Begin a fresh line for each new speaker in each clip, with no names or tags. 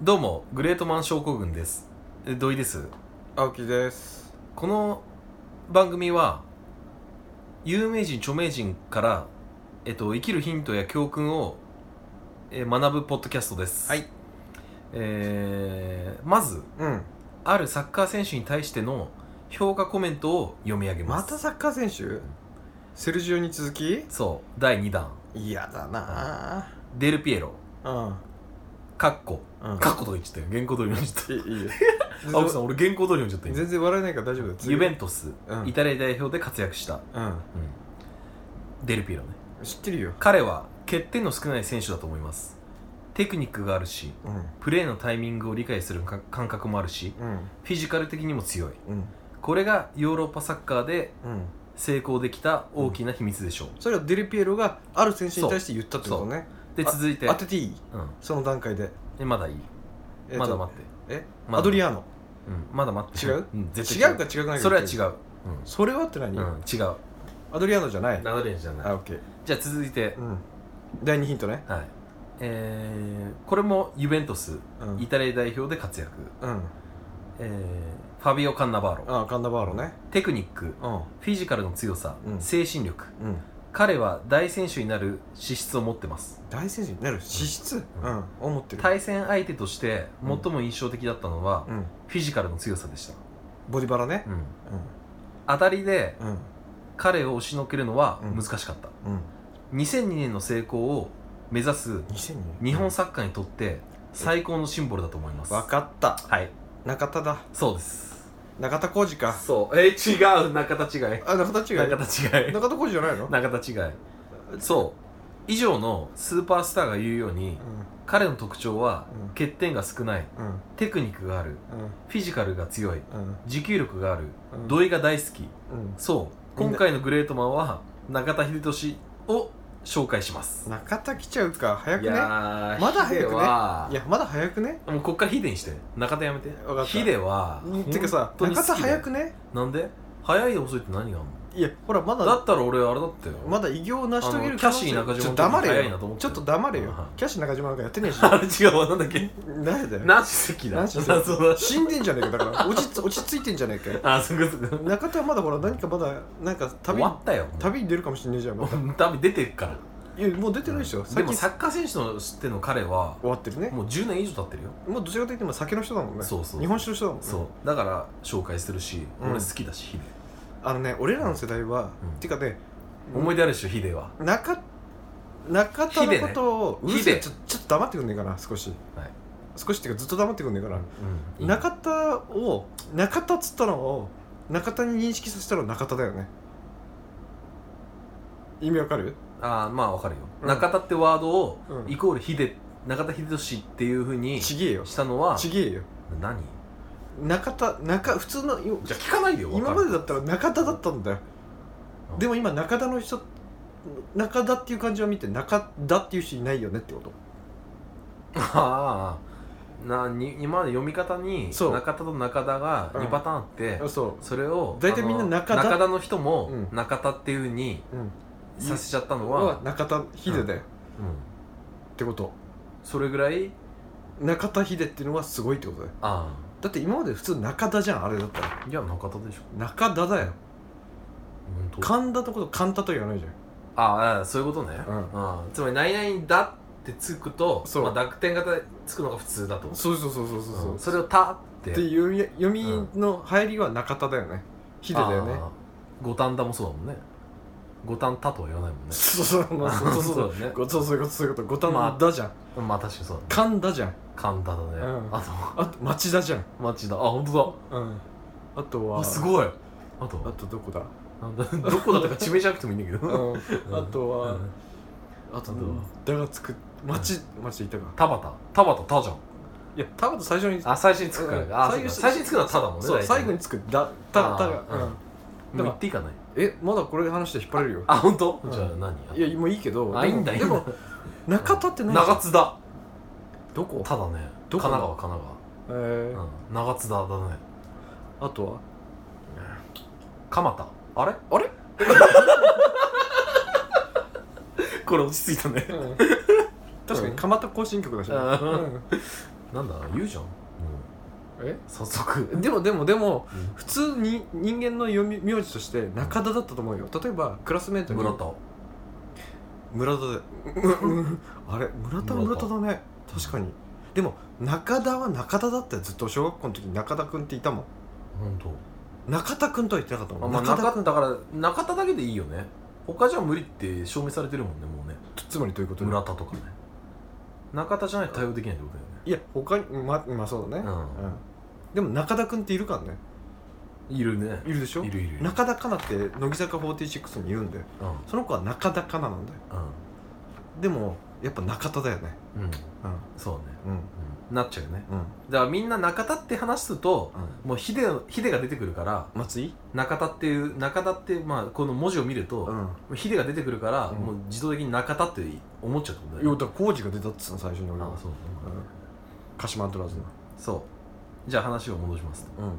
どうもグレートマン症候群ですえ土井です
青木です
この番組は有名人著名人から、えっと、生きるヒントや教訓を、えー学ぶポッドキャストです、
はい
えーまず
うん
あるサッカー選手に対しての評価コメントを読み上げま
ますたサッカー選手セルジオに続き
そう第2弾
嫌だな
デルピエロ
あ
カッコ
うんうん
カッコと言っちゃったよ原稿通り読んじゃっ
いいいよ
た 青木さん俺原稿通り読んじゃった今
全然全然笑えないから大丈夫だよ
ユベントス、
うん
イタリア代表で活躍した、
うん
デルピエロね
知ってるよ
彼は欠点の少ない選手だと思いますテクニックがあるし
うん
プレーのタイミングを理解するか感覚もあるし
うん
フィジカル的にも強い
うん
これがヨーロッパサッカーで
うん
成功できた大きな秘密でしょう、
それはデルピエロがある選手に対して言ったってことね
で続いて
当てていい
うん
その段階で
えまだいい、
えーと
まだ待って
え
まだ
アドリアーノ
うん、まだ待って
違う、
ん、絶
違
対
うか違くないか
それは違
う
う
それはって何
うん、うん、違う
アドリアーノじゃない
7連じゃない
あオッケー
じゃあ続いて
う、ん第2ヒントね
はいえー、これもユベントス
うん
イタリア代表で活躍、
うん
えー、ファビオ・カンナバーロ
あカンダバーロね
テクニック
うん
フィジカルの強さ、
うん
精神力
うん
彼は大選手になる資質を持ってます
大選手になる資質、
う
うんんを持ってる、
対戦相手として
うん
最も印象的だったのは、
うん、
フィジカルの強さでした、
ボディバラね
うん、
う
当たりで
んうん
彼を押しのけるのは難しかった、
うん
2002年の成功を目指す
2002
日本サッカーにとって最高のシンボルだと思います
分かった
はい
中田だ
そうです
中田浩二か
そうえ違う中田違い
あ中田違う
中田 違い
中田浩二じゃないの
中田違いそう以上のスーパースターが言うように彼の特徴は
うん
欠点が少ない
うんうん
テクニックがあるフィジカルが強い
うん
持久力がある
うん
土井が大好き
うん
そう
みん
今
な
回のグレートマンは中田英寿を紹介します
中田来ちゃうか早くねいや
や
まだ早
ヒ
くね
デは
まだ早くね
もうこっからヒデにして中田やめて
わかった
ヒデは
うんてかさ
本当に好
中
きだ
田
よ
早くね
なんで早いで遅いって何があんの
いやほらま
だ
だ
ったら俺あれだってよ
まだ偉業を成し遂げ
あの
る
キャシー中島の時
ちょっと黙
早
れ
いなと思
よ
って
ちょっと黙れよ
はい
キャシー中島なんかやってね えし
あれ違うわなんだっけ
誰だよ
ナシ席だ
ナ シ席
謎だ
死んでんじゃねえかだから落ちつ落ち着いてんじゃねえかよ
あそこそこ
中田はまだほら何かまだなんか
終
旅
わったよ
旅に出るかもしれないじゃんまた
もう 旅出てるから
いやもう出てないでしょ、
で
最
も
近
サッカー選手の知っての彼は
終わってるね
もう10年以上経ってるよ
もうどちらかというと今酒の人だもんね
そうそう
日本酒の人だもんね
そうだから紹介するし
うん
俺好きだしヒデ
あのね俺らの世代は、
うん
てかね
思い出あるでしょヒデは
中中田のことをう
ヒデね
る
ヒ
せえ
デ
ちょちょっと黙ってくんねえかな少し、
はい
少しっていうかずっと黙ってくんねえかな、
うん
中田を中田っつったのを中田に認識させたのは中田だよね意味わかる
ああまあわかるよ
うん
中田ってワードを
うん
イコールヒデ中田秀俊っていうふうに
ち
し
げえよ
たのは
ちげえよ
何
中田中普通のよ
じゃあ聞かないでよ
今までだったら中田だったんだよ
うん
でも今中田の人中田っていう漢字を見て中田っていう人いないよねってこと
ああなに今まで読み方に
そう
中田と中田が2パターンあって
あそ
それを
大体みんな
あの
中田
中田の人も
うん
中田っていうふうに
う、うん、
させちゃったの
は
は
中田秀
うん
だよ、ってこと
それぐらい
中田秀っていうのはすごいってことだよ
あ
だって今まで普通中田じゃんあれだったら
あいや中田でしょ
中田だよ
本当
神田のこと神田と言わないじゃん
ああそういうことね、
うん
ああつまり「何々だ」ってつくと、
そう
まあ、濁点型でつくのが普通だと
そうそうそうそうそうそううん
それを「た」って
っていう読み読みの入りは中田だよね秀だよね
ああ五反田もそうだもんね五反田とは言わないもんね
そうそう そうそうそう
だね
ごそうそういうことそういうこと五反田じゃん
まあ確かにそうだね
神田じゃん
神田だね、
うん
あと
あと町田じゃん
町田あ本当
うんあと
だ
は
あすごいあ
あ
と
とどこだ
なんだどこだったか地名じゃなくてもいいんだけ
う
ど、
んあと
う
は
ん
あと
あとは
だがつく町町いたか
田畑田畑田じゃん
いやたぶん最初に
あ最初につくから、
うん
あ
最初
そうか最初につくのは田だもんね
そう
大体
最後につくだ
あ
た
ー
たが
うん
うん
もう言っていいかない
えまだこれ話して引っ張れるよ
あ本当、
うん
じゃあ何
いやもういいけど
あ
で
い
も
いんだいいん
で
だ
も中田って何
長津田
どこ
ただね
ど
神
こ
奈川神奈
えー
川、うん、長津田だね
あとは
蒲田あれ
あれ
これ落ち着いたね
確かに蒲田行進曲だしね
あー
うん
なんだ言うじゃんも
え
う早速
でもでもでも
うん
普通に人間の読み名字として中田だったと思うよ例えばクラスメートに
村田
村田でうんうんあれ村田は村田だね確かにでも中田は中田だってずっと小学校の時に中田君っていたもん
本当。
中田君とは言ってなかったも
あ
ん、
まあ、
中田
中田だから中田だけでいいよね他じゃ無理って証明されてるもんねもうね
つまりどういうこと
村田とかね中田じゃないと対応できないってこと
いや他にままあそうだね
だよね
うん、でも中田君っているからね
うんいるね
いるでしょ
いるいるいる
中田かなって乃木坂46に言うんだよ
うんうん
その子は中田かななんだよでもやっぱ中田だよね
うん
うん
そうね、
うん
うん、なっちゃうよね
うん
だからみんな中田って話すともうヒデヒデが出てくるから
松井
中田っていう中田ってまあこの文字を見ると、
うん
ヒデが出てくるから、
うん
もう自動的に中田って思っちゃうってことだ
いや
よ
だ
ね
から浩二が出たっつうの最初に俺
あ
は
あそうそう、
うん鹿島アントラーズの
そうじゃあ話を戻します
うん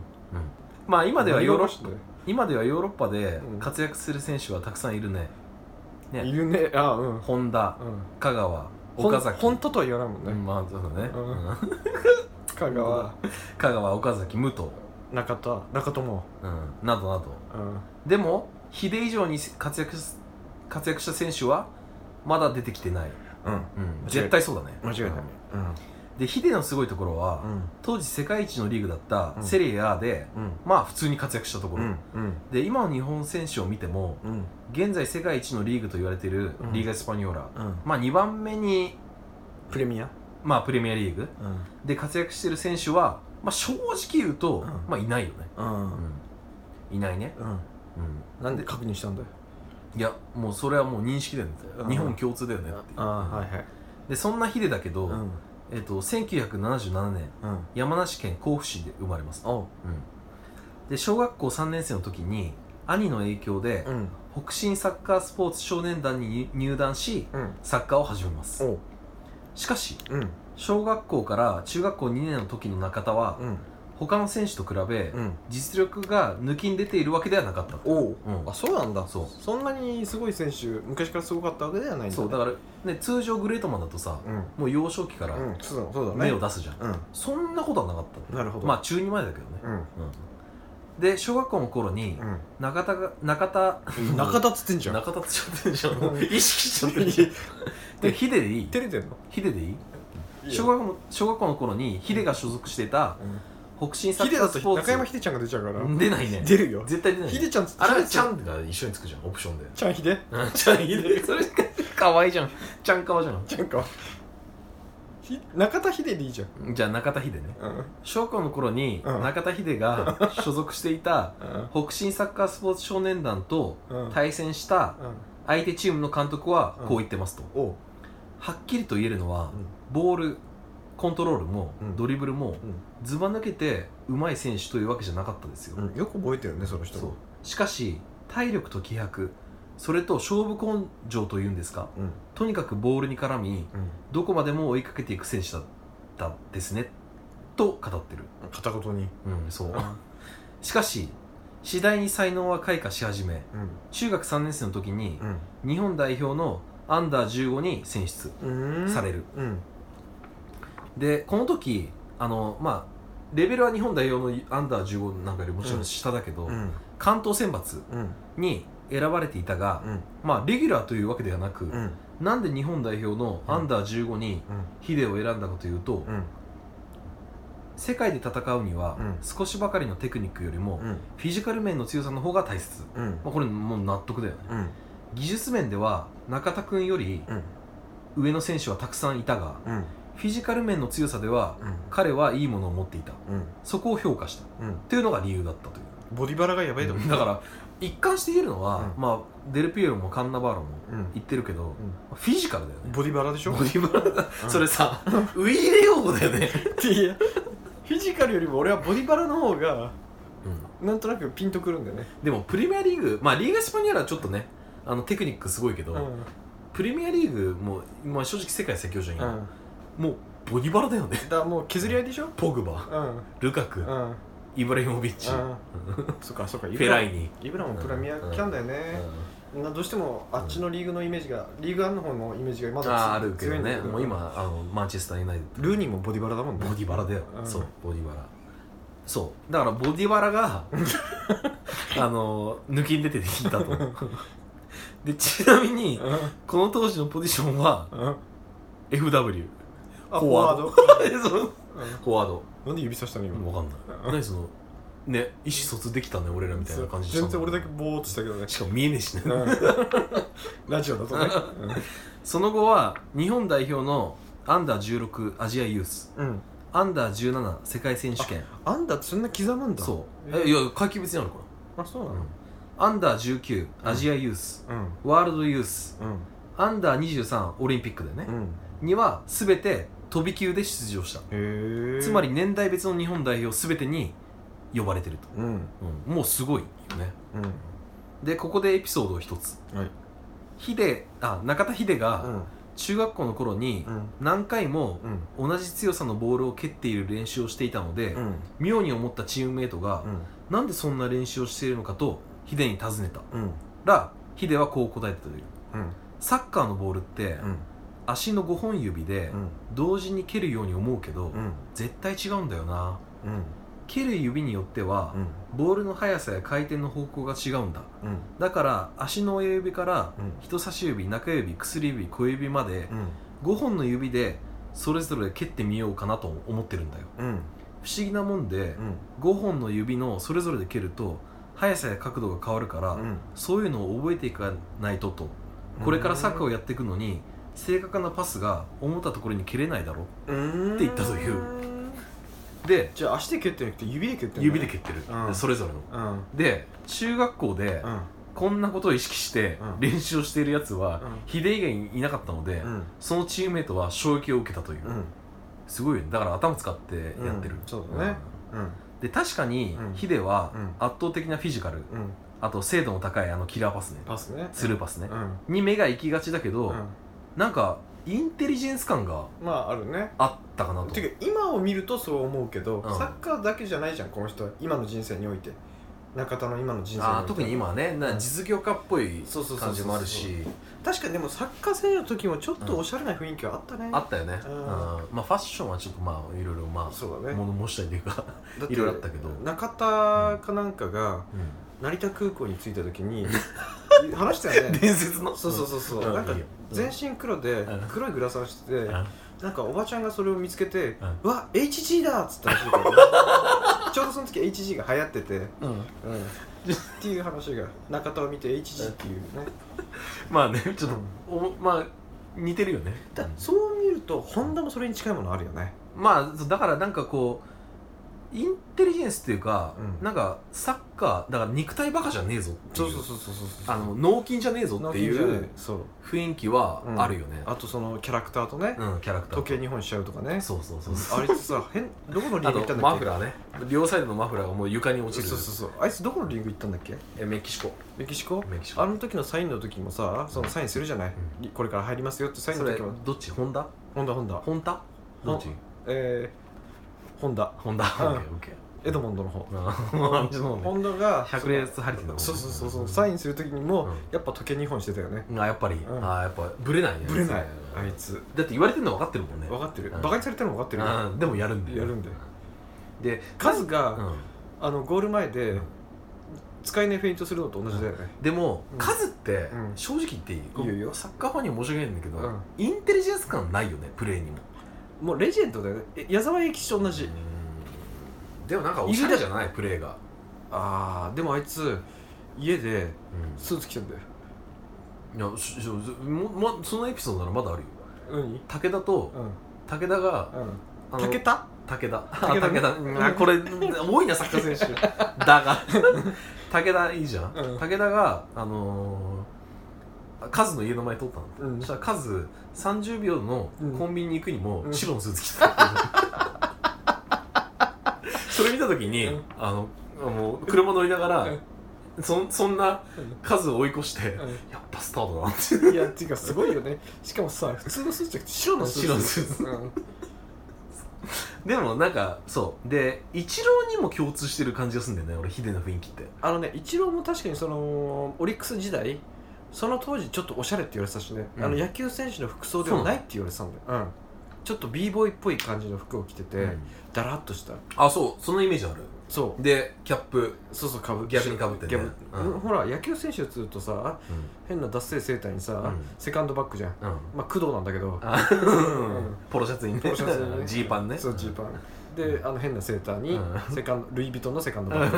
まあ今ではヨーロッ
ッ
今ではヨーロッパで
うん
活躍する選手はたくさんいるね、
パ
ね
いるねああうん
本田
うん
香川
ほん
岡崎
本当とは言わないもん
う
ね、
んまあそうだね、
う
うん
香川
香川岡崎武藤、
中田中友
うん、などなど
うん
でもヒデ以上に活躍す活躍した選手はまだ出てきてない、
うん
うん
間違い
絶対そうだね
間違いないうん
でヒデのすごいところは、
うん
当時世界一のリーグだっ
う
た
ん
セリエ A で、
うん
まあ普通に活躍したとこ
う
ろ、
んうん
で今の日本選手を見ても
うん
現在世界一のリーグと言われている
うん
リーガ・エスパニョーラ、
うん
まあ2番目に、
プレミア
まあ、プレミアリーグ
うん
で活躍してる選手は、まあ、正直言うと、
うん
まあいないよね、
うん
いないね、
うんなんで確認したんだよ
いやもうそれはもう認識だよね、
うん
日本共通だよねっていう
ああはいはい
でそんなヒデだけど、
うん
えっと1977年
うん
山梨県甲府市で生まれます、
おう
で小学校3年生の時に兄の影響で、
うん
北進サッカースポーツ少年団に入団し
うん
サッカーを始めます
おう
しかし
うん
小学校から中学校2年の時の中田は
うん
他の選手と比べ
うん
実力が抜きに出ているわけではなかったと、
おう
うん
あそうなんだ
そう
そんなにすごい選手昔からすごかったわけではないんだ
そうだから、ね、通常グレートマンだとさ
うん
もう幼少期から
うんそうだそうだね
芽を出すじゃん、
うん
そんなことはなかっ
なるほ
た
ど
まあ中2前だけどね、
うん
うんで小学校の頃に
う
中田が中田
ん中田っつってんじゃん
中田ってちゃってるじゃ
うん
ん 意識しちゃってるじゃんでヒデでいい
照れてんの
ヒデでいい小学校の小学校の頃にヒデが所属していた
うん
北進サ
ヒ
ッ
デ
カー
だと
スポーツ
中山ヒデちゃんが出ちゃうから
出ないね
出るよ
絶対出ない
ヒデちゃんつ
あれはちゃ
ん
んが一緒につくじゃんオプションで
ちゃんヒデ
ちゃんヒデそれかわいいじゃんちゃんかわじゃん
ちゃんかひ中田ヒデでいいじゃん
じゃあ中田ヒデね
うん
小学校の頃に
うん
中田ヒデ が所属していた
うん
北進サッカースポーツ少年団と
うん
対戦した
うん
相手チームの監督はこう言ってますと
おう
はっきりと言えるのは
うん
ボールコントロールも
うん
ドリブルも
うん
ずば抜けてうまい選手というわけじゃなかったですよ
うんよく覚えてるねその人
そうしかし体力と気迫それと勝負根性というんですか
うん
とにかくボールに絡み
うん
どこまでも追いかけていく選手だったですねと語ってる
片言に
うんそううんしかし次第に才能は開花し始め
うん
中学3年生の時に
うん
日本代表のアンダー15に選出
うん
される、
うん
でこの時あのまあレベルは日本代表のアンダー15なんかよりもちろん下だけど、
うん
関東選抜
うん
に選ばれていたが、
うん
まあレギュラーというわけではなく、
うん
なんで日本代表のアンダー15に
うん
ヒデを選んだかというと、
うん
世界で戦うには
うん
少しばかりのテクニックよりも
うん
フィジカル面の強さの方が大切、
うん
まあ、これもう納得だよね
うん
技術面では中田君より
うん
上の選手はたくさんいたが
うん
フィジカル面の強さでは彼はいいものを持っていた
うん
そこを評価した
うん
というのが理由だったという
ボディバラがやばいと思う
だから一貫して言えるのは、
うん
まあ、デルピエロもカンナバーロも
うん
言ってるけど、フィジカルだよね
ボディバラでしょ
ボディバラ、
うん
それさウイイレ用語だよね、
いやフィジカルよりも俺はボディバラの方が
うん、
なんとなくピンとくるんだよね
でもプレミアリーグまあリーガスパニョーラはちょっとねあのテクニックすごいけど、
うん
プレミアリーグもう、まあ、正直世界最強じゃん
だ
今、
か
もうボディバラだよね
らもう削り合いでしょ
ポグバ
うん
ルカク、
うんうん
イブラヒモビッチ、フ
そっかそっか
ェライニ、
イブラもプレミアキャンだよね
う
などうしてもあっちのリーグのイメージが、リーグアンの方のイメージがまだ
あーあるけどね
強いんだ
もう今あのマンチェスター・ユナイテッド
ルーニーもボディバラだもんね
ボディバラだよ、
うん
そうボディバラそうだからボディバラ があの抜きん出てきたとでちなみにこの当時のポジションは
うんうんあ
FW
フォワード
えそうフォワード
なんで指さしたの今
分かんない何そのね意思疎通できたね俺らみたいな感じした
全
んだ
然俺だけボーっとしたけどね
しかも見えねえしね
うんラジオだとね
その後は日本代表のアンダー16アジアユース
うん
アンダー17世界選手権
あんだそんな刻むんだ
そう
え
えいや階級別にあるか
あそう
ら、
な
う
の
ん、アンダー19アジアユース、
うん
ワールドユース
うん
アンダー23オリンピックだよね
う、ん
には全て飛び級で出場した、
へえ
つまり年代別の日本代表全てに呼ばれてると、
うん
うんもうすごいよね
うん
でここでエピソードを一つ、
はい
ヒデあ中田秀
う
が
ん
中学校の頃に
うん
何回も
うん
同じ強さのボールを蹴っている練習をしていたので、
うん
妙に思ったチームメイトが
う、ん
なんでそんな練習をしているのかとヒデに尋ねた
うん
らヒデはこう答えてたという
うん
サッカーのボールって、
うん
足の5本指で
うん
同時に蹴るように思うけど、
うん
絶対違うんだよな
うん
蹴る指によっては
う、ん
ボールの速さや回転の方向が違うんだ
うん
だから足の親指から
うん
人差し指中指薬指小指まで
うん
5本の指でそれぞれ蹴ってみようかなと思ってるんだよ
うん
不思議なもんで
うん
5本の指のそれぞれで蹴ると速さや角度が変わるから、
うん
そういうのを覚えていかないととこれからサッカーをやっていくのに正確なパスが思ったところに蹴れないだろ
うん
って言ったというで
じゃあ足で蹴ってなくて指で蹴ってんのね
指で蹴ってる、
うん
でそれぞれの
うんうん
で中学校でこんなことを意識して
うん
練習をしているやつは、
うん
ヒデ以外にいなかったので、
うん
そのチームメイトは衝撃を受けたという、
うん
すごいよねだから頭使ってやってる、
うんそうだねうん
うんで確かに
うん
ヒデは
うん
圧倒的なフィジカル、
うん
あと精度の高いあのキラーパスね
パスね
スルーパスね
う、ん
に目が行きがちだけど、
うん
なんかインテリジェンス感が
まああるね
あったかなと
ていうか今を見るとそう思うけど、
うん
サッカーだけじゃないじゃんこの人は今の人生において中田の今の人生において
あー特に今はねな
うん
実業家っぽい
そうそうそうそう
感じもあるし
確かにでもサッカー選手の時もちょっとおしゃれな雰囲気はあったね、
あったよね、
うん
うんまあファッションはちょっとまあいろいろまあ
そうだね
物申したりというか、
だ
いろいろあったけど
中田かなんかが成田空港に着いた時に話したよね
伝説の
そうそうそうそう、
うん
なんか
いいよ
全身黒で
うん
黒いグラサンしてて、
うん
なんかおばちゃんがそれを見つけて
うん
「うわ HG だ!」っつったらしい からねちょうどその時 HG が流行ってて、うん、っ
うんうん
ていう話が中田を見て HG っていうね
まあねちょっと、おまあ似てるよね
だそう見るとホンダもそれに近いものあるよね
まあそうだからなんかこうインテリジェンスっていうか、
うん
なんかサッカーだから肉体バカじゃねえぞっていう
そうそうそう
あの脳筋じゃねえぞ
の
っていう
そう
雰囲気はあるよね、
あとそのキャラクターとね、
うん、キャラクターと
時計2本しちゃうとかね
そうそうそうそう
あいつさ変どこのリ
あ
ング行った
と
んだっ
マフ
け
ラーね両サイドのマフラーがもう床に落ち
そう
る
そうそうあいつどこのリング行ったんだっけ
えメキシコ
メキシコ
メキシコ
あの時のサインの時もさそのサインするじゃない、
う
これから入りますよってサイン
そ
の
れ
時も
どっちホンダ
ホンダホンダ
ホンタどっち
えー、ホンダ
ホンダオ
うん
ッケーオッケ
エドモンドの方
ーうんあっちの方
ホ
ね
ンダが
百レース張り手の方ね
そうそうそうそうサインする時にも、
うん
やっぱ時計2本してたよね
あやっぱり
うん
あやっぱブレないね
ぶれない
うん
あいつ
だって言われてるの分かってるもんね
分かってる
うん
バカにされてるの分かってるよ
うんでもやるんで
やるんだよ
で
カズが、
うん
あのゴール前で
ん
使えないフェイントするのと同じだよね、
でも
うん
カズって
うん
正直言ってい
いいよいい
い
よ
サッカーファンには申し訳ないんだけど
うん
インテリジェンス感ないよねプレーにも
もうレジェンドだよねえ矢沢永吉と同じ、
うんでもなんかおしゃれじゃないプレーが
ああでもあいつ家で
うん
スーツ着てんだよ
いやししもま、そのエピソードならまだあるよ
何
武田と
う
武田が
んうん
あの
武田
武田
武田ね
武田うんあこれ多いなサッカー選 手だが武田いいじゃん、
うん
武田があのー、カズの家の前通ったの、
うん
そしたらカズ30秒の
うん
コンビニに行くにも、
うん
白のスーツ着てた それ見た時に、
うん
あのもう車乗りながら、そそんな
うん
カズを追い越して、やっぱスタートだなって
いやっていうかすごいよねしかもさ普通のスーツじゃなくて白のスーツ
白のスーツ
うん
でもなんかそうで一郎にも共通してる感じがするんだよね俺ヒデの雰囲気って
あのねイチローも確かにそのオリックス時代その当時ちょっとおしゃれって言われてたしね、
うん
あの野球選手の服装ではないって言われてたんだよ、うん、ちょっと b ボーイっぽい感じの服を着てて、
うん
だらっとした
あそうそのイメージある
そう
でキャップ
そうそうかぶ
逆に被ってね
逆
うん
ほら野球選手っつうとさ変な脱製セーターにさ、
うん
セカンドバッグじゃん
うん、うん
まあ工藤なんだけど
あ
ん
ポロシャツにね
ポロシャツにね
ジーパンね
そうジーパンであの変なセーターに、
うん
セカンドルイ・ヴィトンのセカンドバッグ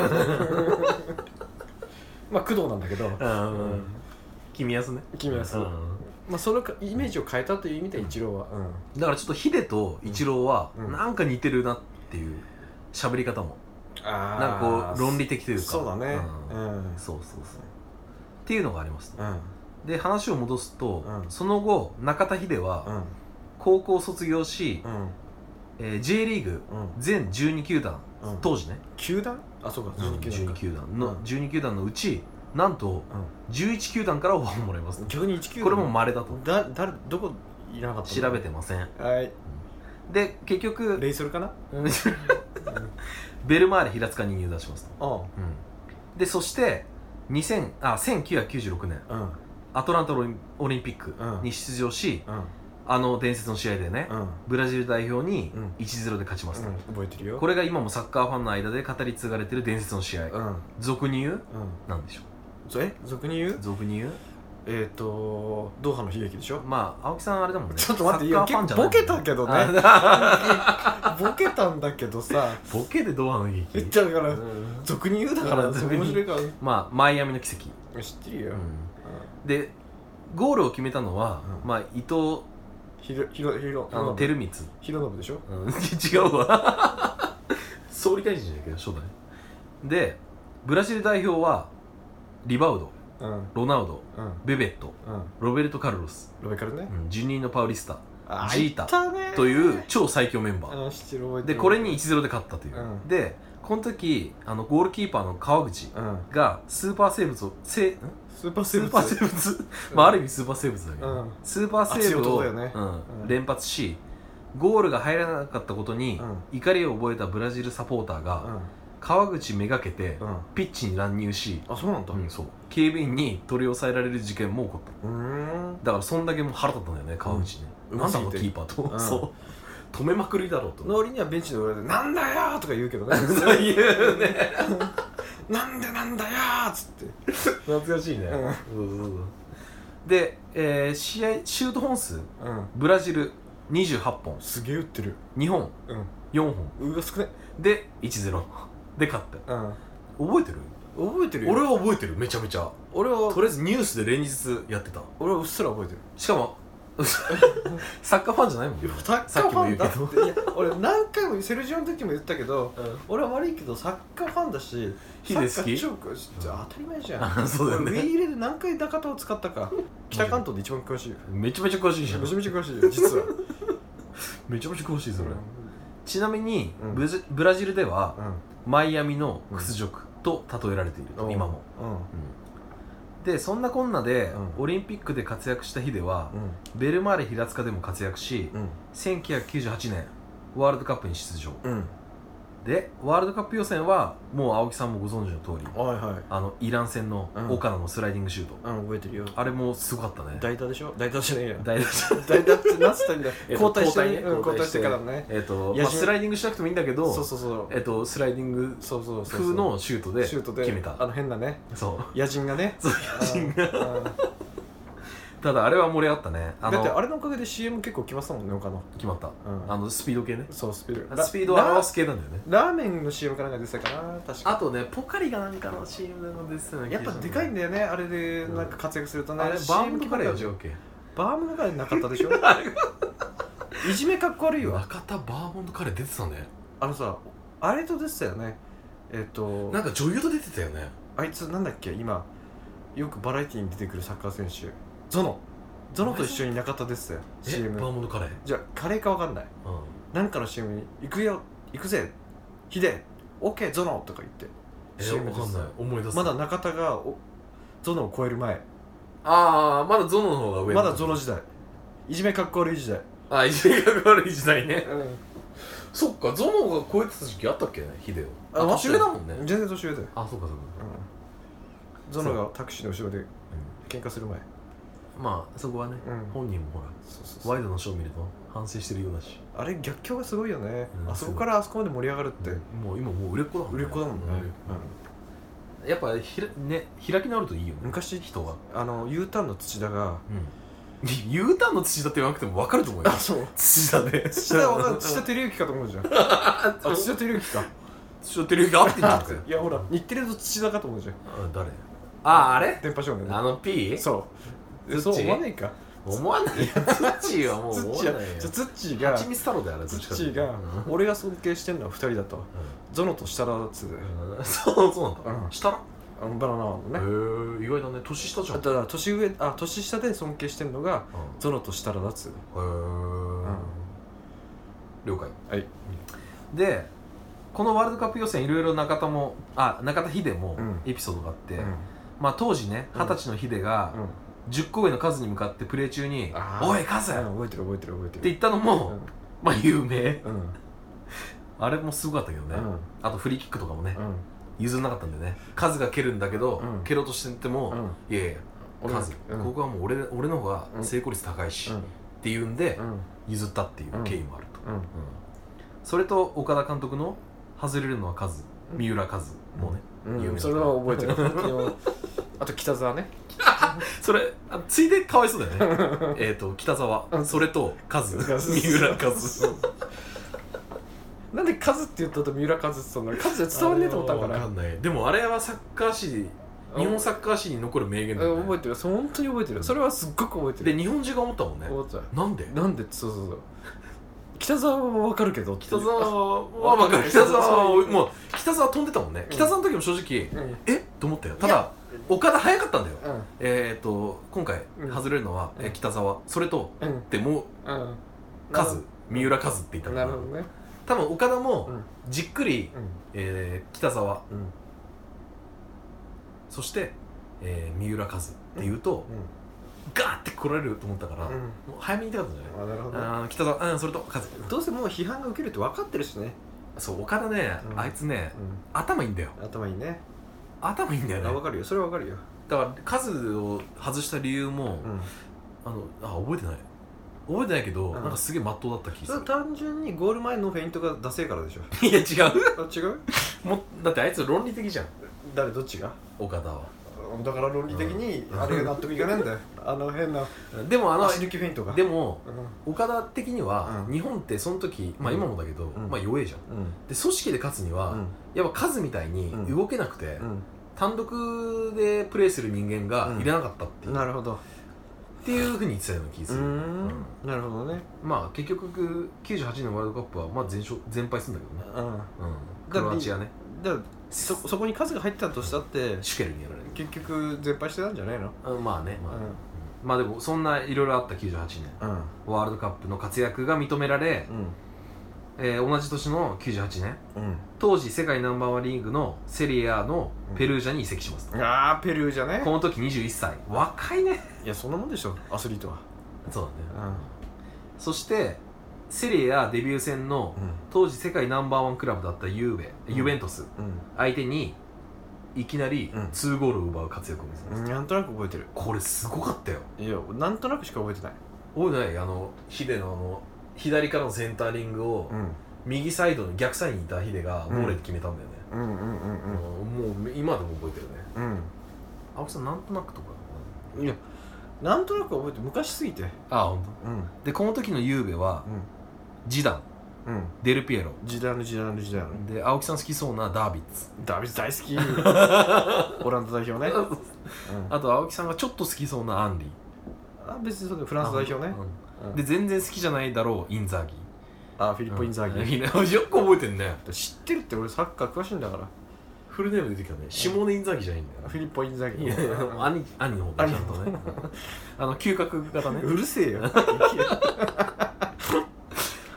まあ工藤なんだけど、
ンう
うん
ん君安ね
君安
うん
まあ、そのかイメージを変えたという意味で一郎は、うん
だからちょっとヒデとイチローは
うん
なんか似てるなっていう喋り方も
あ
なんかこう論理的というか
そうだね
う
うんんうん
そうそうそうっていうのがありますね
うん
で話を戻すと
うん
その後中田秀は高校を卒業し
うん
えー J リーグ
うん
全12球団
うん
当時ね
球団あそうか12球団
12
か
球団
う
の
ん
12球団のうちなんと11球団からオファーもらいます
うん逆に1球
これも稀だと
だ誰どこいなかった
調べてません
てはい
で結局
レイソルかな
ベルマーレ平塚に入団しますと
あ
でそして2000あ1996年
うん
アトランタオリンオリンピックに出場し、
うん
あの伝説の試合でね、
うんうん
ブラジル代表に
うん
1-0で勝ちますと、
覚えてるよ
こ
れ
れが今もサッカーファンの間で語り継がれてる伝説の試合、
うんうん
俗に言うなんでしょ
そえ俗に言
う
う
俗に言う
えっとドーハの悲劇でしょ
まあ青木さんあれだもんね
ちょっと待って
サ
今
ッカーファンじゃ
結構
ない
ボケたけどね
あ
ボケたんだけどさ
ボケでドアの劇
言っちゃうか
う
ら
ん
俗に言うだから
うん
面白いから
まあマイアミの奇跡、
知ってるよ
でゴールを決めたのは、
うん
まあ伊藤
ひろひろひろ
あの
ひろ
照光
ひろのぶでしょ
うん違うわ総理大臣じゃないけど初代でブラジル代表はリバウド
うんうん
ロナウドベベット
うん
ロベルト・カルロス、
ロベカルね
うんジュニーノ・パウリスタ
あ
ジータ
いたね
という超最強メンバー
あ知ってる覚えて
で
る
これに1-0で勝ったという、
うん
でこの時あのゴールキーパーの川口
うん
がスーパー生物をせん
スーパー
ス
セー
ー
ブ
パー生物まあある意味スーパー生物だけど、
うん
スーパーセーブを、
熱い男だよね
うん
うん
連発しゴールが入らなかったことに、
うん
怒りを覚えたブラジルサポーターが、川口めがけて、
うんうん
ピッチに乱入し、
あそうなんだ
うんそう警備員に取り押さえられる事件も起こった
うーん
だからそんだけもう腹立ったんだよね川口ね、
うん
なんだこ
う
の
ます
キ
ぎ
ー
て
パーと、
うん
そう止めまくりだろうと
の割にはベンチの裏で「なんだよ!」とか言うけど ね
そういうね
なんでなんだよーっつって
懐かしいね
うん
そうそうそうで、えー試合シュート本数
うん
ブラジル28本
すげえ打ってる
日本
うん
4本
うわ少ね
で1-0で勝った
うん
覚えてる
覚えてるよ
俺は覚えてるめちゃめちゃ
俺は
とりあえずニュースで連日やってた
俺はうっすら覚えてる
しかも サッカーファンじゃないもんね
サッカーファンだっていや俺何回もセルジオの時も言ったけど俺は悪いけどサッカーファンだし
ヒデ好き
サッカー超詳しい当たり前じゃん
あそうだよ
俺ウ
ね
ィーレで何回ダカタを使ったか北関東で一番詳しいよ
めちゃめちゃ詳しい
め
じ
ち
ゃ
ゃ
ん
めちゃ詳しいよ実は
めちゃめちゃ詳しいそれ
う
ちなみに
うん
ブジブラジルでは
ん
マイアミの屈辱と例えられている
うん
今も
うん
でそんなこんなで
うん
オリンピックで活躍した日では
うん
ベルマーレ平塚でも活躍し
うん
1998年ワールドカップに出場
うん
でワールドカップ予選はもう青木さんもご存知の通り
はいはい
あのイラン戦の
うん
岡野のスライディングシュート、
うん覚えてるよ
あれもすごかったね
代打でしょ代打じゃね えよ
大丈夫
代打ってなってたんだよ
えっと
交代してね
交代ね
うん交代してからね
えっと、
いや
まあ、
し
スライディングしなくてもいいんだけど
そうそうそう
えっと、スライディング
そうそうそう
風のシュートで
シュートで
決めた
あの変なね
そう
野人がね
そう野人が
が
ただあれは盛り上がったねあ
だってあ
の
れのおかげで CM 結構来ましたもんね岡野
決まった、
うん
あのスピード系ね
そうスピード
スピードを表す系なんだよね
ララーメンの CM かなんか出てたかな確か
あとねポカリがなんかの CM のですよね
やっぱでかいんだよねあれでなんか活躍するとね
あれバームとかだよ条件
バームとかでなかった でしょいじめかっこ悪いわ
若田バーモントカレー出てたね
あのさあれと出てたよねえっ、と
なんか女優と出てたよね
あいつなんだっけ今よくバラエティーに出てくるサッカー選手ゾノゾノと一緒に中田ですよ
えバ
CM
ーモントカレー
じゃあカレーかわかんない
うん
なんかの CM に「行くよ行くぜヒデオッケーゾノ」とか言って
え
CM
わ
です
かんない思い出す
まだ中田がおゾノを超える前
ああまだゾノの方が上
まだゾノ時代いじめかっこ悪い時代
ああいじめが悪い時代ね
うん
そっかゾノが超えてた時期あったっけねヒデを
あ
あ年上だもん
全
ね
然年上だよ、
あそうかそうか
うん、ゾノがタクシーの後ろで
う
「喧嘩する前
まあそこはね、
うん
本人もほら
そうそう
ワイドのショーを見ると反省してるようだし、
あれ逆境がすごいよね、
うん
あそこからあそこまで盛り上がるって、
もう今もう売れっ子だもん
売れっ子だもんね、
うんやっぱひら、ね、開き直るといいよね
昔
人は、
うんあの U ターンの土田が
うん、U ターンの土田って言わなくても分かると思うよ
そう
土田で
土田は分か る土田照之かと思うじゃんあ土田照之か
土田照之が合ってんじゃんかよ
いやほら日テレの土田かと思うじゃん
あ誰ああれ
電波少年
あの P?
そう
ツッ
え
チ
そう思わないか
思わないよ土はもう
ツッ
思わ
チ
な
が
いよ
じゃあツッチーが
蜂蜜太郎だよあれど
ツ
っちか
ッ
っ
チ
ていう
ー
と
が俺が尊敬してんのは2人だとゾノと設楽だっつって
うんうんそうそうなんだ、
うん
下だ
あのバナナマンのね
へえ意外だね年下じゃ
あ
ん
とだから年上あ年下で尊敬してんの
う
が
ん
ゾノと設楽だっつって
へー
ん
了解
はい
でこのワールドカップ予選いろいろ中田もあ中田秀も
うん
エピソードがあって、
うん
まあ当時ね
うん
二十歳の秀が
うん
10個上のカズに向かってプレー中に
あ
「
ー
おいカズ!」って
覚えてる覚えてる覚えてる
言ったのも、まあ有名
うんうん
あれもすごかったけどね、
うん
あとフリーキックとかもね、
うん
譲んなかったんだよねカズが蹴るんだけど、
うん
蹴ろうとしてても、
うん
いやいや
俺
カズ、
うん
ここはもう俺俺の方が成功率高いし、
うん
っていうんで、
うん
譲ったっていう経緯もあると。
うん
それと岡田監督の外れるのは数三浦和もね、
うん
有名だ
それは覚えてる昨日 あと北沢ね
それあついでかわいそう だよねえっと北沢それと和三浦和
なんでカズって言ったと三浦カズって言ったんだろうカズじゃ伝わんねえと思ったんか
わ
ら
かんないでもあれはサッカー史日本サッカー史に残る名言だよ、
覚え
ね、
てるそう本当に覚えてるそれはすっごく覚えて
で
る
日本中が思ったもんね
思った
なんで
なんでそうそうそう北沢はわかるけど
北
は
沢は分かる北沢はもう北沢飛んでたもんね、
うん
北沢の時も正直
うんうん
えっと思ったよただ岡田早かったんだよ
う
えっ、と今回
うん
外れるのは、えー北沢それと
ん
でもう
うん
カズ三浦カズって言ったの
な
か
る
な
ほどね
多分岡田
う
も
ん
じっくり、えー北沢
うんうん
そして、えー三浦カズって言うと、ガーって来られると思ったから、
う
も
ん
う早めに言いたかったんじゃない、
あなるほどね
あー北沢うんそれとカズ
どうせもう批判が受けるって分かってるしね
そう岡田ね、
うん
あいつね
う
頭いいんだよ
ん頭いいね
頭いいんだ
あ
よ
分
ね
かるよそれは分かるよ
だからカズを外した理由も、
うん
あのあ覚えてない覚えてないけど、
うん
なんかすげえまっとうだった気
それ
が
は単純にゴール前のフェイントがダセえからでしょ
す るいや違う
あ違う
もうだってあいつ論理的じゃん
誰どっちが
岡田は
だから論理的に
うん
あれが納得いかないんだよあの変な
でもあの
足抜きフェイントが
でも
う
岡田的には、
うん
日本ってその時まあ今もだけど、
ん
まあ弱えじゃんで
んうん
組織で勝つには、やっぱ数みたいに
うん
動けなくて、
うん
単独でプレーする人間がいらなかったっていう,、っ
なるほど
ていうふうに言ってたような気が
う
す
ー
る、
ん
うん
なるほどね
まあ結局98年のワールドカップはまあ全勝全敗するんだけどね、
うん
うん、クロアチアね
だからそそこに数が入ってたとしたって
シュケルにやられる
結局全敗してたんじゃないの
うんまあね、まあね
う
うんまあでもそんないろいろあった98年
んうん
ワールドカップの活躍が認められ、えー同じ年の98年
うん
当時世界ナンバーワンリーグのセリアのペルージャに移籍しますと、
ああペルーじゃね
この時21歳若いね
いやそんなもんでしょアスリートは
そうだねそしてセリアデビュー戦の
う
当時世界ナンバーワンクラブだったユーベ、
うん
ユベントス
ん
相手にいきなり
うん
2ゴールを奪う活躍を見せます、
うんなんとなく覚えてる
これすごかったよ
いやなんとなくしか覚えてない
覚えてないあのヒデのあの左からのセンタリングを
ん
右サイドの逆サイドにいたヒデがボレーで決めたんだよね、
うんうんう
あのもう今でも覚えてるね
うん
青木さんなんとなくとか
うんいやなんとなく覚えて昔すぎて
ああ本当。
うん
でこの時のゆうべはジダン
うんうん
デルピエロ
時代の時代の時代の
で青木さん好きそうなダービッツ
ダビス大 好きオランダ代表ね、うん
あと青木さんがちょっと好きそうなアンリ
あ別にそうだよフランス代表ね、
うん
うん
で全然好きじゃないだろうインザーギ
あフィリッポ・インザーギー、
ーよく覚えてん ね
知ってるって俺サッカー詳しいんだから
フルネーム出てきたねシモネ・インザーギーじゃないんだよ
フィリッポ・インザーギ
いやいや
ー
兄兄の方だちゃんとねあの嗅覚型ね
うるせえよ、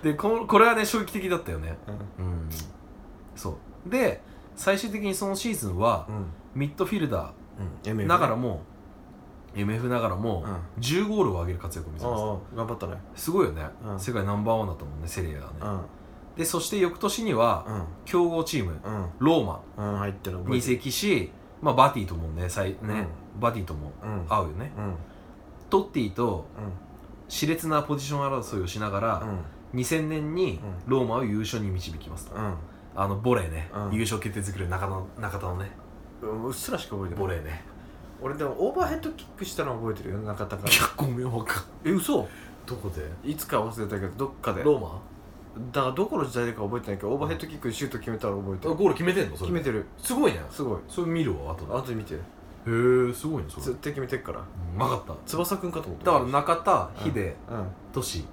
でここれはね衝撃的だったよねうんそうで最終的にそのシーズンは
うん
ミッドフィルダ
うん
ーながらも MF ながらも10ゴールを上げる活躍を見せます
ああ頑張ったね
すごいよね、
うん
世界ナンバーワンだったもんねセリアがね、
うん
でそして翌年には
うん
強豪チーム
うん
ローマ
うん入ってる
に移籍しまあバティともね最ね、
う
バティとも
うん
合うよね
うんうん
トッティと熾烈なポジション争いをしながら、2000年に
う
ローマを優勝に導きますと、
うん
あのボレーね、
うん
優勝決定作る中野中田のね
うんうっすらしか覚えて
ボ
ない
レーね
俺でもオーバーヘッドキックしたの覚えてるよ中田が
ごめんわかん
え嘘
どこで
いつか忘れたけどどっかで
ローマ
だからどこの時代でか覚えてないけどオーバーヘッドキックでシュート決めたら覚えて
あ
る
ゴール決めてんのそれ
決めてる
すごいね
すごい
それ見るわ後で
後で見て
へえすごいねそれ
絶対決めてるから
うまかった
翼くんかと思った
だから中田秀、で
うん
トシ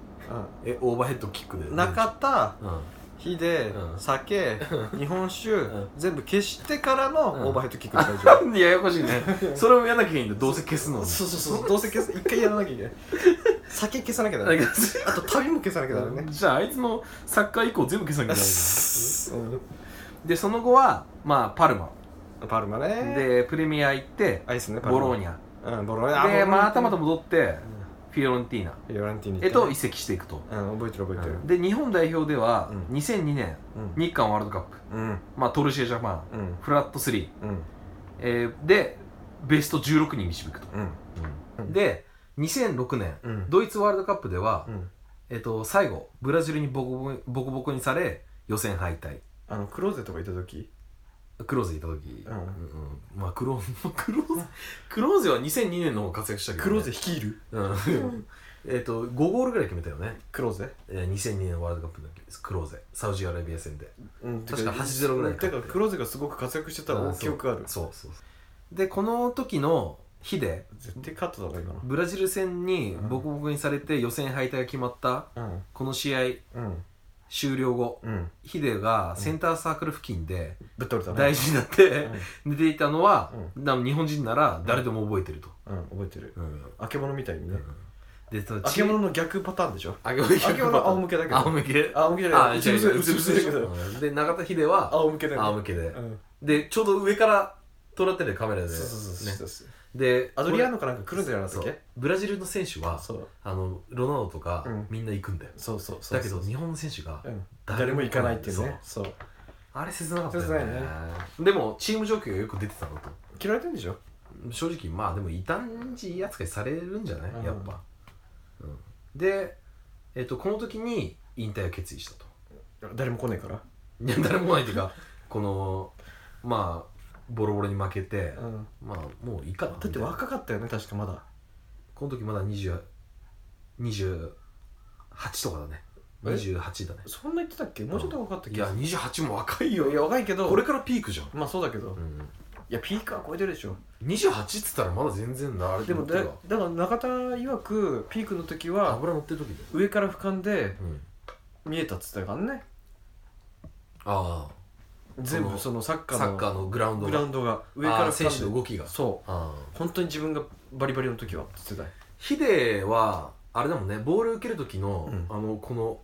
えオーバーヘッドキックで
うん中田
うん
秀、
うん
酒日本酒、
ん
全部消してからの
うん
オーバーヘッドキックの会場、
ややこしいねそれもやんなきゃいけないんだ どうせ消すの
そうそうそうどうせ消す一回やらなきゃいけない酒消さなきゃダ
なん
メ
か
あと旅も消さなきゃダメね
じゃああいつのサッカー以降全部消さなきゃいけない
うん
でその後はまあパルマ
パルマね
でプレミア行って
アイスねパル
ボ
マ
ローニャ
うんボローニャ
でまあ
ボローニャ
頭と戻って
う
フィオレンティーナ
んフィオランティーニ
へ
行
と
っ
移籍していくと
たねうん覚えてる覚えてる
で日本代表では
う
2002年
うん
日韓ワールドカップ
うん
まあトルシエジャパン
うん
フラット3
うん
えーでベスト16に導くと
うんうん
で2006年
うん
ドイツワールドカップでは
うん
えっと最後ブラジルにボコボコボコボコにされ予選敗退
あのクローゼとかいた時
クローゼいた時、
うん
うんまあクロークローゼ クローゼは2002年の方が活躍したけど、ね、
クローゼ率いる
うん えっと5ゴールぐらい決めたよね
クローゼ
えー2002年ワールドカップの時ですクローゼサウジアラビア戦で
うん
確か8-0ぐらい
てかクローゼがすごく活躍してた
う
の
ん
記憶ある
そうそうそうでこの時の日で
絶対カットだろ今
ブラジル戦にボコボコにされて予選敗退が決まった
の
この試合
うんうん
終了後
うん
ヒデがセンターサークル付近で
ぶっ倒れたね
大事になって寝ていたのは、な日本人なら誰でも覚えてると、
うんうん覚えてる
うん
あけぼのみたいにね
でその
あけぼのの逆パターンでしょ
あけぼの
あけぼのは仰向けだけど
仰向け
あ仰向けだ
あ
よ
違
う
う
つ伏せ
違う
うつ伏せだけど
うんで中田秀は
仰向けだよ
仰向けで
うん
でちょうど上から撮られてるカメラで
そうそうそう
ね
そうそう
で
アドリアー
ノ
ノかなんか来るんじゃなかったっけ
ブラジルの選手は
そう
あのロナウドとか
うん
みんな行くんだよ
そうそうそう
だけど日本の選手が
うん誰も行かないっていうねそう
あれ切なかったよね
切ないね
でもチーム状況がよく出てたのと
嫌われてんでしょ
正直まあでも異端児扱いされるんじゃない、
うん
やっぱ、うんで、えっとこの時に引退を決意したと
誰も来ねえから
いや誰もないと いうかこのまあボロボロに負けて、
うん
まあもういいかな
だって
みたいな
若かったよね確かまだ
この時まだ20 28とかだね
え
28だね
そんな言ってたっけもうちょっと若かったっ
い
け
や28も若い
いや
よ
いや若いけど
これからピークじゃん、
まあそうだけど
うん、
いやピークは超えてるでしょ
28っつったらまだ全然なあれ
で
乗
も
って
だ
るわ
だから中田曰くピークの時は
油乗ってる時だよ、
上から俯瞰で
うん、
見えたっつってたからね
ああ
全
そ
部
の
そのサッカ
サッカ
ー
ーのグラウンド
のグラ
が
ウンドが上
上
か
からら選手
俯
の
瞰で
動きが
そう本当に自分がバリバリの時はっつってたよ
ヒデはあれだもんねボール受ける時の、
うん
あのこの、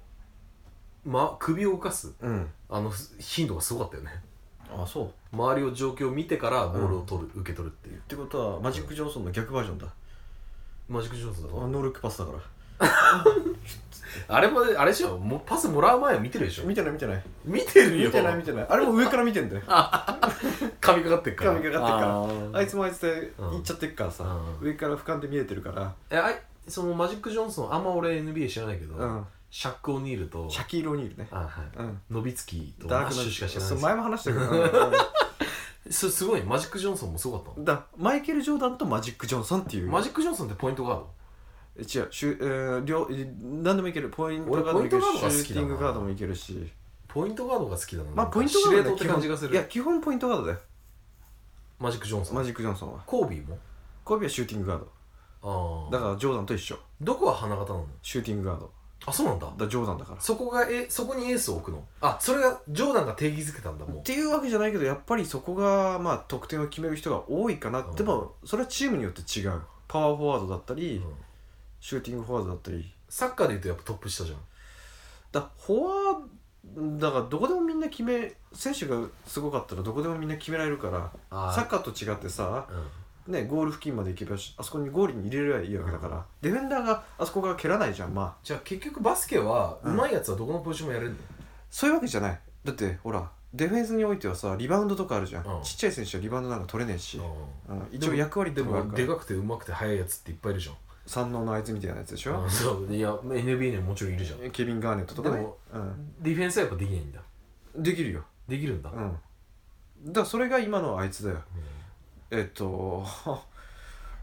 ま、首を動かす
うん
あのす頻度がすごかったよね
あそうっ
周りを状況を見てからボールを取る、受け取るっていう
てことはマジック・ジョンソンの逆バージョンだ
マジック・ジョーンズだ
あ
と
ノールックパスだから
あれもあれでしょもうパスもらう前は見てるでしょ
見てない見てない
見てるよ
見てない見てないあれも上から見てんだよ
髪かかってっから
神がか
って
あいつもあいつで行っちゃってっからさ、
うん
上から俯瞰で見えてるから、
えあいそのマジック・ジョンソンあんま俺 NBA 知らないけど、
うん、
シャック・オニールと
シャキーロニールね、
あはい
うん、
ノビツキとダッシュしか知らない
そ
で
う
す
前も話したけど、 う
すすごいマジック・ジョンソンもすごかった
んだマイケル・ジョーダンとマジック・ジョンソンっていう
のマジック・ジョンソンってポイントガード
違うシュ、えー両えー何でもいけるポイントガードもいける
俺ポイントガードが
し
好きだな
シューティングガードもいけるし
ポイントガードが好きだな
まあポイントガー
司令
ドだよ
塔って感じがす
いや
る
基本ポイントガードだよ
マジック・ジョンソン
マジック・ジョンソンは
コービーも
コビはシューティングガード
ああ
だからジョーダンと一緒
どこは花形なの
シューティングガード
あそうなんだ
だからジョーダンだから
そこがえそこにエースを置くのあそれがジョーダンが定義づけたんだも
っ
う
ていうわけじゃないけどやっぱりそこがまあ得点を決める人が多いかな、
うん
でもそれはチームによって違うパワーフォワードだったり、
うん
シューティングフォワードだったり
サッカーでいうとやっぱトップ下じゃん
だフォワードだからどこでもみんな決め選手がすごかったらどこでもみんな決められるから
あー
サッカーと違ってさ、
うん
ね、ゴール付近まで行けばしあそこにゴールに入れればいいわけだから、ディフェンダーがあそこから蹴らないじゃんま
じゃあ結局バスケは
う
うんまいやつはどこのポジションもやれるの
あそういうわけじゃないだってほらディフェンスにおいてはさリバウンドとかあるじゃん、
うん
ちっちゃい選手はリバウンドなんか取れねえし、あの一応
でも
役割
で
とかある
も
か
で
ら
かくてうまくて速いやつっていっぱいいるじゃん
三能のあいつみたいなやつでしょ、
あそういや NBA にももちろんいるじゃん
ケビン・ガーネットとか
で
ね
もディフェンスはやっぱできないんだ
うん、できるよ
できるんだ、
うんだからそれが今のあいつだよえっと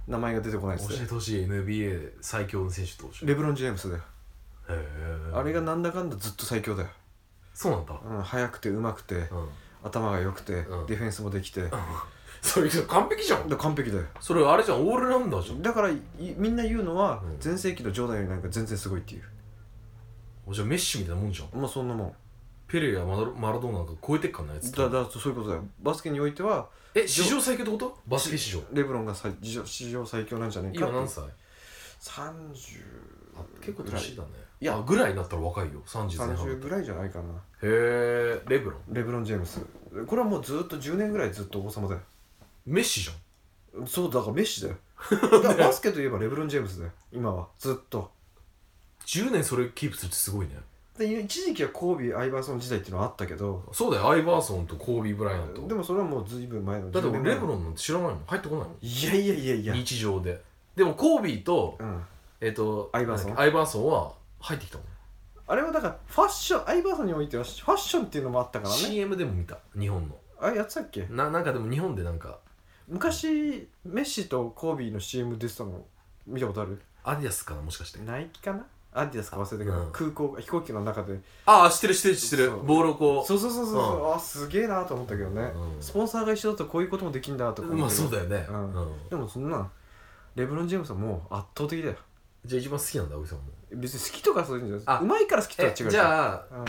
名前が出てこないで
教
す
え
ね
てほしい NBA 最強の選手と教えて
レブロン・ジェームスだよ、
へー
あれがなんだかんだずっと最強だよ、
そうなんだ、
うん、速くてうまくて、
うん、
頭が良くて、
うん
ディフェンスもできて、だか
それ完璧じゃん
ら完璧だよ
それあれじゃんオールラウンダーじゃん
だからいみんな言うのは
うん
全盛期のジョーダンよりなんか全然すごいっていう
おじゃあメッシみたいなもんじゃん
まあそんなもん
ペレやマラマラドーナなんか超えてっかんなやつって
だだそういうことだよバスケにおいては
え史上最強ってことバスケ史上
レブロンが最史上史上最強なんじゃねえか
今何歳
30
あ結構年だね
いや
あぐらいになったら若いよ30前半
30ぐらいじゃないかな
へえレブロン
レブロン・ジェームスこれはもうずっと10年ぐらいずっと王様だよ
メッシじゃん
そうだからメ ッシだよだからバスケといえばレブロン・ジェームスだよ今はずっと
10年それキープするってすごいね
で一時期はコービー・アイバーソン時代っていうのはあったけど
そうだよアイバーソンとコービー・ブライアント
でもそれはもうずいぶん前の
だって俺レブ
ン
ロンなんて知らないもん入ってこないもん
いやいやいやいや
日常ででもコービーと
うん
えっ、と
アイバーソン
なんだっけアイバーソンは入ってきたもん
あれはだからファッションアイバーソンにおいてはファッションっていうのもあったからね
CM でも見た日本の
あれやってたっけ
ななんかでも日本でなんか
昔メッシとコービーの CM 出てたの見たことある
アディアスかなもしかして
ナイキかなアディダスか忘れたけど、
うん
空港飛行機の中で
ああ知ってる知ってる知ってる
そう
ボールをこう
そうそうそうそう、うあすげえなと思ったけどね、
うん
スポンサーが一緒だとこういうこともできんだとか思
まあ
ったけど
そうだよね、
うん
うん
でもそんなレブロン・ジェームスはもう圧倒的だよ
じゃあ一番好きなんだ青木さんも
別に好きとかそういうんじゃない
あ
うまいから好きとは違
え
うじゃん
じゃあ
うん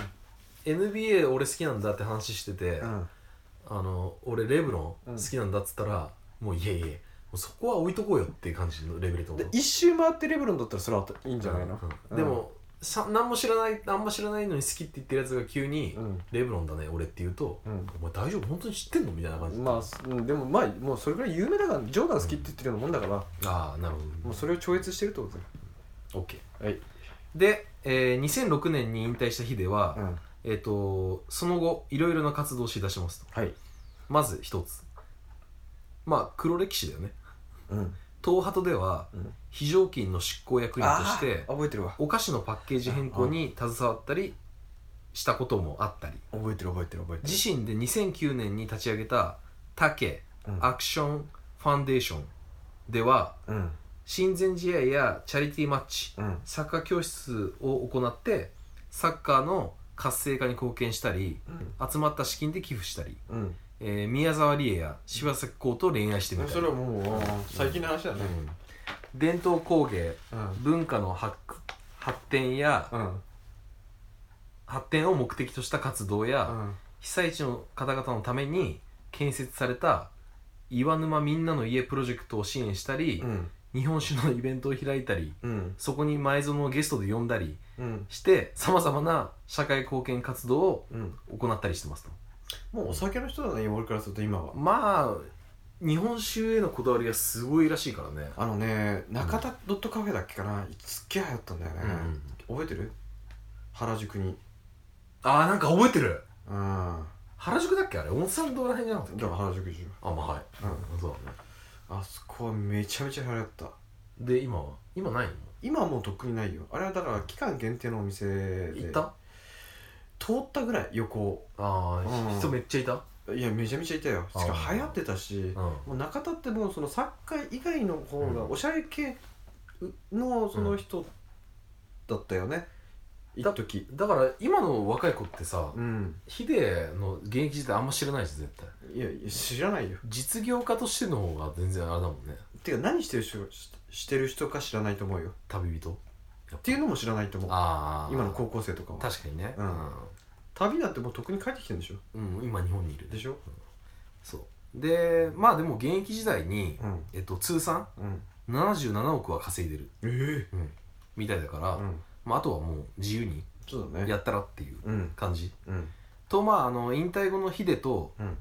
NBA 俺好きなんだって話してて、
うん、
あの俺レブロ
う
ン
ん
好きなんだっつったら、もういえいえもうそこは置いとこうよっていう感じのレベルと思
で
う
一周回ってレブロンだったらそれはいいんじゃないの、
うん
うん
でもさ何も知らないあんま知らないのに好きって言ってるやつが急に、
うん
レブロンだね俺って言うと、
うん
お前大丈夫本当に知ってんのみたいな感じ
まあすうんでもまあもうそれぐらい有名だからジョーダン好きって言ってるようなもんだから、
ああなる
も
ほ
うそれを超越してるってことだよ
ど OK
はい、
で、えー2006年に引退したヒデは、
うん、
えっ、とその後いろいろな活動をしだしますと
はい、
まず一つまあ黒歴史だよね
うん、
東ハトでは
うん
非常勤の執行役員として
あー覚えてるわ
お菓子のパッケージ変更に携わったりしたこともあったり
覚えてる覚えてる覚えてる
自身で2009年に立ち上げたタケ
うん
アクションファンデーションでは
うん
親善試合やチャリティーマッチ
うん
サッカー教室を行ってサッカーの活性化に貢献したり
うん
集まった資金で寄付したり、
うん
えー宮沢りえや柴咲コウと恋愛してみたり、
それはもう最近の話だね
うん伝統工芸
うん
文化の発発展や
うん
発展を目的とした活動
う
や
ん
被災地の方々のために建設された岩沼みんなの家プロジェクトを支援したり
うん
日本酒のイベントを開いたり
うん
そこに前園をゲストで呼んだり
うん
してさまざまな社会貢献活動を
うん
行ったりしてますと
もうお酒の人だね俺からすると今は
まあ日本酒へのこだわりがすごいらしいからね
あのね中田ドットカフェだっけかなすっげえ流行ったんだよね、
うん
覚えてる原宿に
あーなんか覚えてる
うんだか
原宿だっけあれ温泉堂らへんじゃなかったっけ
ら原宿中
あまあはい、
う
そうだね
あそこはめちゃめちゃ流行った
で今は今ないの
今はもうとっくにないよあれはだから期間限定のお店で
行った
通ったぐらい横を
ああ、
うん
人めっちゃいた
いやめちゃめちゃいたよしか
あ
も
ー
流行ってたし
うん
もう中田ってもうそのサッカー以外の方がおしゃれ系のその人だったよね、
うん
一時
だから今の若い子ってさ、
うん
ヒデの現役時代あんま知らないじゃん絶対
いやいや知らないよ
実業家としての方が全然あれだもんね
てか何してる人ししてる人か知らないと思うよ
旅人やっ
っていうのも知らないと思う
ああ
今の高校生とかは
確かにね
うん旅なんてもうとっくに帰ってきてるんでしょ
うん、うん今日本にいる
でしょ
そうでまあでも現役時代に、
うん
えっと、通算
うん
77億は稼いでる、
ええ
うん、みたいだから、
うん
まあ、あとはもう自由に
そうだね
やったらっていう
うん
感じ、
うん
とまああの引退後のヒデと,、
うん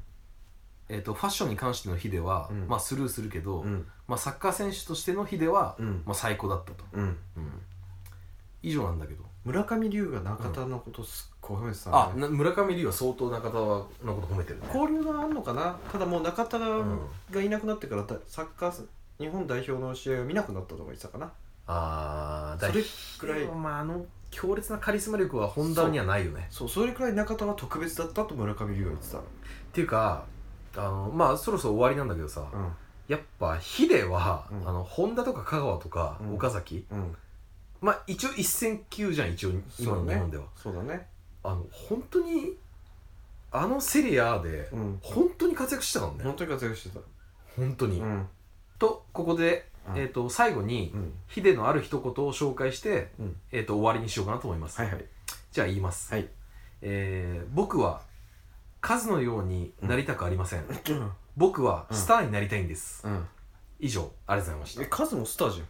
えっとファッションに関してのヒデは、
うん
まあ、スルーするけど、
うん
まあ、サッカー選手としてのヒデは、
うん
まあ、最高だったと、
うん
うん以上なんだけど
村上龍が中田のことすっごい褒めてた
あ
んで、
な村上龍は相当中田のこと褒めてるね
交流があんのかなただもう中田
う
が
ん
いなくなってからたサッカー日本代表の試合を見なくなったとか言ってたかな
ああ
それくらい
まああの強烈なカリスマ力は本田にはないよね
そうそれくらい中田は特別だったと村上龍は言ってた
っていうかあのまあそろそろ終わりなんだけどさ、
うん
やっぱヒデは、
うん
あの本田とか香川とか、
うん
岡崎
うん
まあ一応一戦級じゃん一応今の日本では、
そうだね
あの本当にあのセリアで
うん
本当に活躍してたもんね
本当に活躍してた
本当に、
うん
とここで、えー、と最後に、
うん
ヒデのある一言を紹介して、
うん
えー、と終わりにしようかなと思います、
はいはい
じゃあ言います、
はい
えー僕は数のようになりたくありません、
うん
僕はスターになりたいんです、
うん
以上ありがとうございました
えカズもスターじゃん